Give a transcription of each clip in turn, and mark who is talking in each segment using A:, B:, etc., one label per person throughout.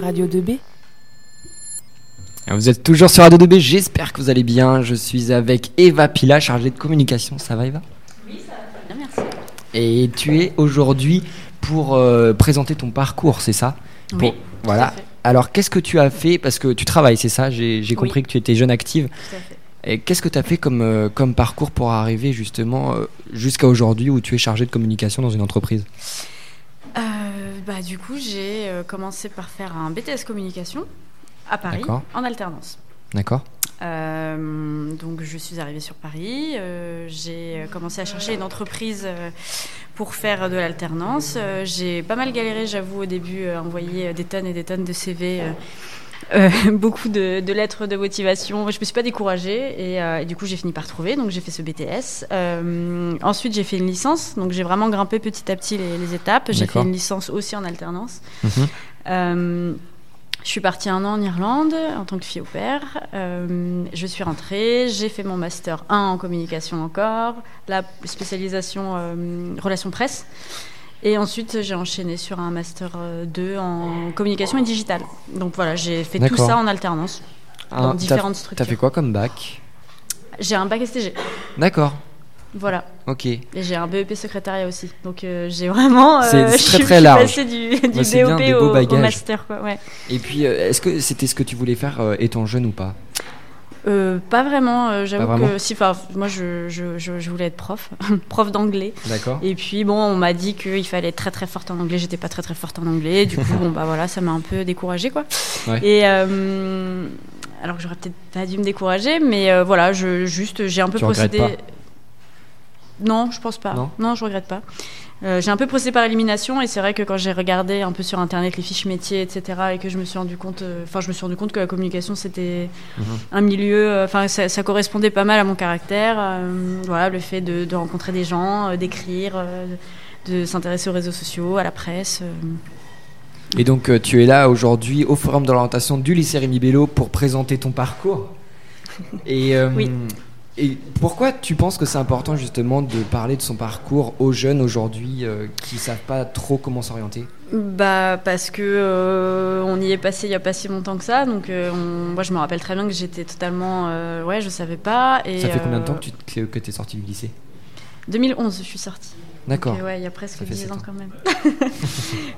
A: Radio 2B
B: Ah, Vous êtes toujours sur Radio 2B, j'espère que vous allez bien. Je suis avec Eva Pila, chargée de communication. Ça va, Eva
C: Merci.
B: Et tu es aujourd'hui pour euh, présenter ton parcours, c'est ça
C: Oui,
B: Pour-
C: tout
B: Voilà.
C: fait.
B: Alors, qu'est-ce que tu as fait Parce que tu travailles, c'est ça J'ai j'ai compris que tu étais jeune active.
C: Tout à fait.
B: Et qu'est-ce que tu as fait comme, euh, comme parcours pour arriver justement euh, jusqu'à aujourd'hui où tu es chargée de communication dans une entreprise
C: Euh, bah, du coup, j'ai euh, commencé par faire un BTS communication à Paris
B: D'accord.
C: en alternance.
B: D'accord
C: Euh, donc, je suis arrivée sur Paris. euh, j'ai commencé à chercher une entreprise euh, pour faire de l'alternance. Euh, j'ai pas mal galéré, j'avoue, au début, euh, à envoyer des tonnes et des tonnes de CV. euh, euh, beaucoup de, de lettres de motivation. Je me suis pas découragée et, euh, et du coup j'ai fini par trouver. Donc j'ai fait ce BTS. Euh, ensuite j'ai fait une licence. Donc j'ai vraiment grimpé petit à petit les, les étapes. J'ai fait
B: D'accord.
C: une licence aussi en alternance.
B: Mhm.
C: Euh, je suis partie un an en Irlande en tant que fille au père. Euh, je suis rentrée, j'ai fait mon master 1 en communication encore, la spécialisation euh, relations presse. Et ensuite, j'ai enchaîné sur un master euh, 2 en communication et digital. Donc voilà, j'ai fait tout
B: D'accord.
C: ça en alternance dans
B: Hein, T'as
C: différentes
B: t'as
C: structures.
B: fait quoi comme bac
C: J'ai un bac STG,
B: D'accord,
C: voilà,
B: ok.
C: et j'ai un BEP secrétariat aussi. Donc euh, j'ai vraiment, euh,
B: C'est- c'est
C: je
B: très,
C: suis-
B: très
C: je suis
B: large.
C: passée du, du
B: Bah, c'est bien,
C: BOP
B: des beaux
C: au, au
B: bagages.
C: master, quoi. Ouais.
B: Et puis, euh, est-ce que c'était ce que tu voulais faire euh, étant jeune ou pas
C: Euh, pas vraiment, euh, j'avoue
B: Pas vraiment.
C: que si, enfin, moi je, je, je, je voulais être prof, prof d'anglais.
B: D'accord.
C: Et puis bon, on m'a dit qu'il fallait être très très forte en anglais, j'étais pas très très forte en anglais, du coup bon bah voilà, ça m'a un peu découragée quoi.
B: Ouais.
C: Et euh, alors que j'aurais peut-être pas dû me décourager, mais euh, voilà, je, juste j'ai un peu
B: Tu regrettes
C: procédé. Non, je pense pas.
B: Non
C: je regrette pas. Euh, j'ai un peu procédé par élimination et c'est vrai que quand j'ai regardé un peu sur internet les fiches métiers etc et que je me suis rendu compte, euh, enfin je me suis rendu compte que la communication c'était
B: Mhm.
C: un milieu, euh, enfin ça, ça correspondait pas mal à mon caractère, euh, voilà le fait de, de rencontrer des gens, euh, d'écrire, euh, de s'intéresser aux réseaux sociaux, à la presse. euh,
B: Et donc, euh, tu es là aujourd'hui au forum de l'orientation du lycée Rémi Bello pour présenter ton parcours. Et, euh,
C: Oui.
B: et pourquoi tu penses que c'est important justement de parler de son parcours aux jeunes aujourd'hui euh, qui ne savent pas trop comment s'orienter
C: Bah parce que euh, on y est passé il y a pas si longtemps que ça, donc euh, on- moi je me rappelle très bien que j'étais totalement euh, ouais je savais pas et
B: Ça fait combien de temps
C: euh,
B: que tu que, es sorti du lycée
C: 2011 je suis sortie.
B: D'accord.
C: Donc, euh, ouais il y a presque
B: Ça fait
C: 10
B: sept
C: ans
B: ans.
C: quand même.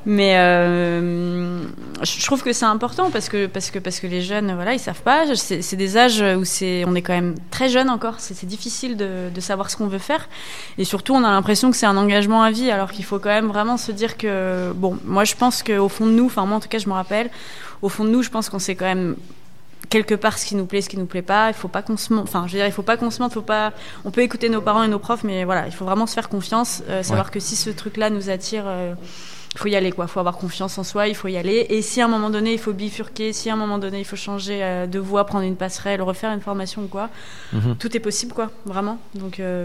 C: Mais euh, je je trouve que c'est important parce que parce que parce que les jeunes voilà ils savent pas c'est c'est des âges où c'est on est quand même très jeune encore c'est c'est difficile de, de savoir ce qu'on veut faire et surtout on a l'impression que c'est un engagement à vie alors qu'il faut quand même vraiment se dire que bon moi je pense que au fond de nous enfin moi en tout cas je me rappelle au fond de nous, je pense qu'on sait quand même quelque part ce qui nous plaît, ce qui nous plaît pas. Il faut pas qu'on se mente. Enfin, je veux dire, il faut pas qu'on se mente. Faut pas. On peut écouter nos parents et nos profs, mais voilà, il faut vraiment se faire confiance, euh, savoir que si ce truc-là nous attire. euh, faut y aller quoi, faut avoir confiance en soi, il faut y aller. Et si à un moment donné il faut bifurquer, si à un moment donné il faut changer euh, de voie, prendre une passerelle, refaire une formation ou quoi,
B: Mhm.
C: tout est possible quoi, vraiment. Donc euh,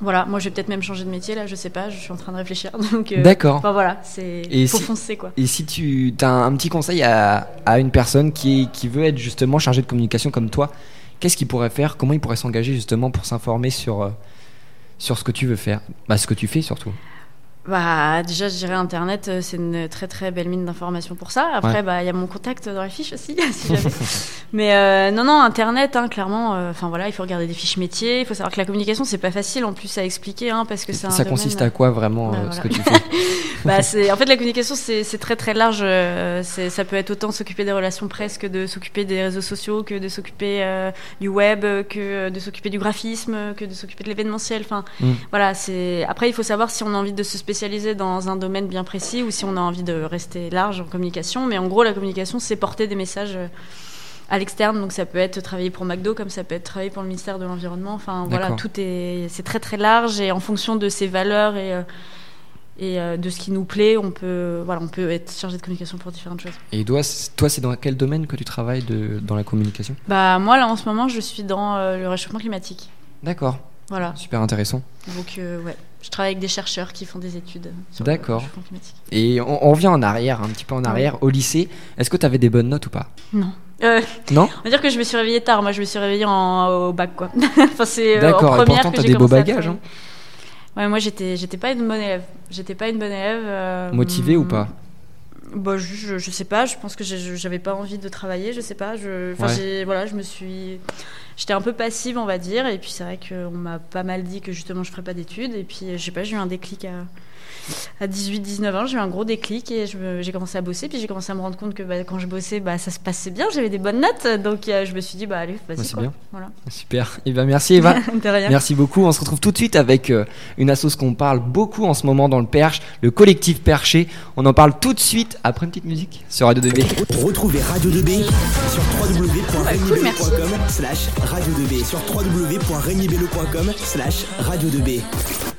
C: voilà, moi je vais peut-être même changer de métier là, je sais pas, je suis en train de réfléchir. Donc euh,
B: D'accord.
C: enfin, voilà, c'est
B: Et
C: faut
B: si-
C: foncer quoi.
B: Et si tu as un petit conseil à, à une personne qui, qui veut être justement chargée de communication comme toi, qu'est-ce qu'il pourrait faire Comment il pourrait s'engager justement pour s'informer sur, euh, sur ce que tu veux faire bah, Ce que tu fais surtout.
C: Bah déjà je dirais internet euh, c'est une très très belle mine d'informations pour ça. Après
B: Ouais.
C: bah il y a mon contact dans la fiche aussi si jamais. Mais euh, non non internet hein, clairement euh, enfin voilà il faut regarder des fiches métiers, il faut savoir que la communication c'est pas facile en plus à expliquer hein, parce que c'est un
B: Ça
C: domaine-
B: consiste à quoi vraiment
C: Ouais,
B: euh, ce
C: voilà.
B: que tu fais
C: bah, c'est- en fait, la communication, c'est c'est très très large. euh, c'est- ça peut être autant s'occuper des relations presse que de s'occuper des réseaux sociaux, que de s'occuper euh, du web, euh, que euh, de s'occuper du graphisme, euh, que de s'occuper de l'événementiel. Enfin,
B: Mm.
C: voilà. C'est après, il faut savoir si on a envie de se spécialiser dans un domaine bien précis ou si on a envie de rester large en communication. Mais en gros, la communication, c'est porter des messages. euh, à l'externe, donc ça peut être travailler pour McDo, comme ça peut être travailler pour le ministère de l'environnement. Enfin voilà,
B: D'accord.
C: tout est c'est très très large et en fonction de ses valeurs et euh, et euh, de ce qui nous plaît, on peut, voilà, on peut être chargé de communication pour différentes choses.
B: Et toi, c'est- toi, c'est dans quel domaine que tu travailles de, dans la communication
C: Bah moi là en ce moment je suis dans euh, le réchauffement climatique.
B: D'accord,
C: Voilà.
B: super intéressant.
C: Donc euh, ouais, je travaille avec des chercheurs qui font des études sur
B: D'accord.
C: le réchauffement climatique.
B: Et on, on revient en arrière, un petit peu en arrière, au lycée. Est-ce que tu avais des bonnes notes ou pas
C: Non. Euh,
B: Non
C: on va dire que je me suis réveillée tard. Moi je me suis réveillée en, au bac quoi. enfin c'est euh, en
B: D'accord, et
C: première
B: pourtant,
C: que
B: t'as
C: j'ai
B: des beaux
C: commencé à
B: bagages, hein.
C: travailler. Ouais, moi, j'étais, j'étais pas une bonne élève. J'étais pas une bonne élève. euh,
B: Motivé ou pas
C: bah, je, je, je sais pas, je pense que j'ai- je- j'avais pas envie de travailler, je sais pas. Je, enfin,
B: Ouais.
C: j'ai- voilà, je me suis. J'étais un peu passive, on va dire, et puis c'est vrai qu'on m'a pas mal dit que justement je ferais pas d'études, et puis je sais pas, j'ai eu un déclic à, à 18-19 ans, j'ai eu un gros déclic, et je me- j'ai commencé à bosser, puis j'ai commencé à me rendre compte que bah, quand je bossais, bah, ça se passait bien, j'avais des bonnes notes, donc euh, je me suis dit, bah allez, vas-y,
B: Bah, c'est
C: quoi.
B: bien.
C: Voilà.
B: Super. Et bien merci Eva.
C: De rien.
B: Merci beaucoup. On se retrouve tout de suite avec euh, une assoce qu'on parle beaucoup en ce moment dans le Perche, le collectif Perché. On en parle tout de suite après une petite musique sur Radio 2B.
A: Retrouvez Radio 2B sur
C: cool, merci.
A: www.regnibello.com slash radio 2B sur www.regnibello.com slash radio 2B.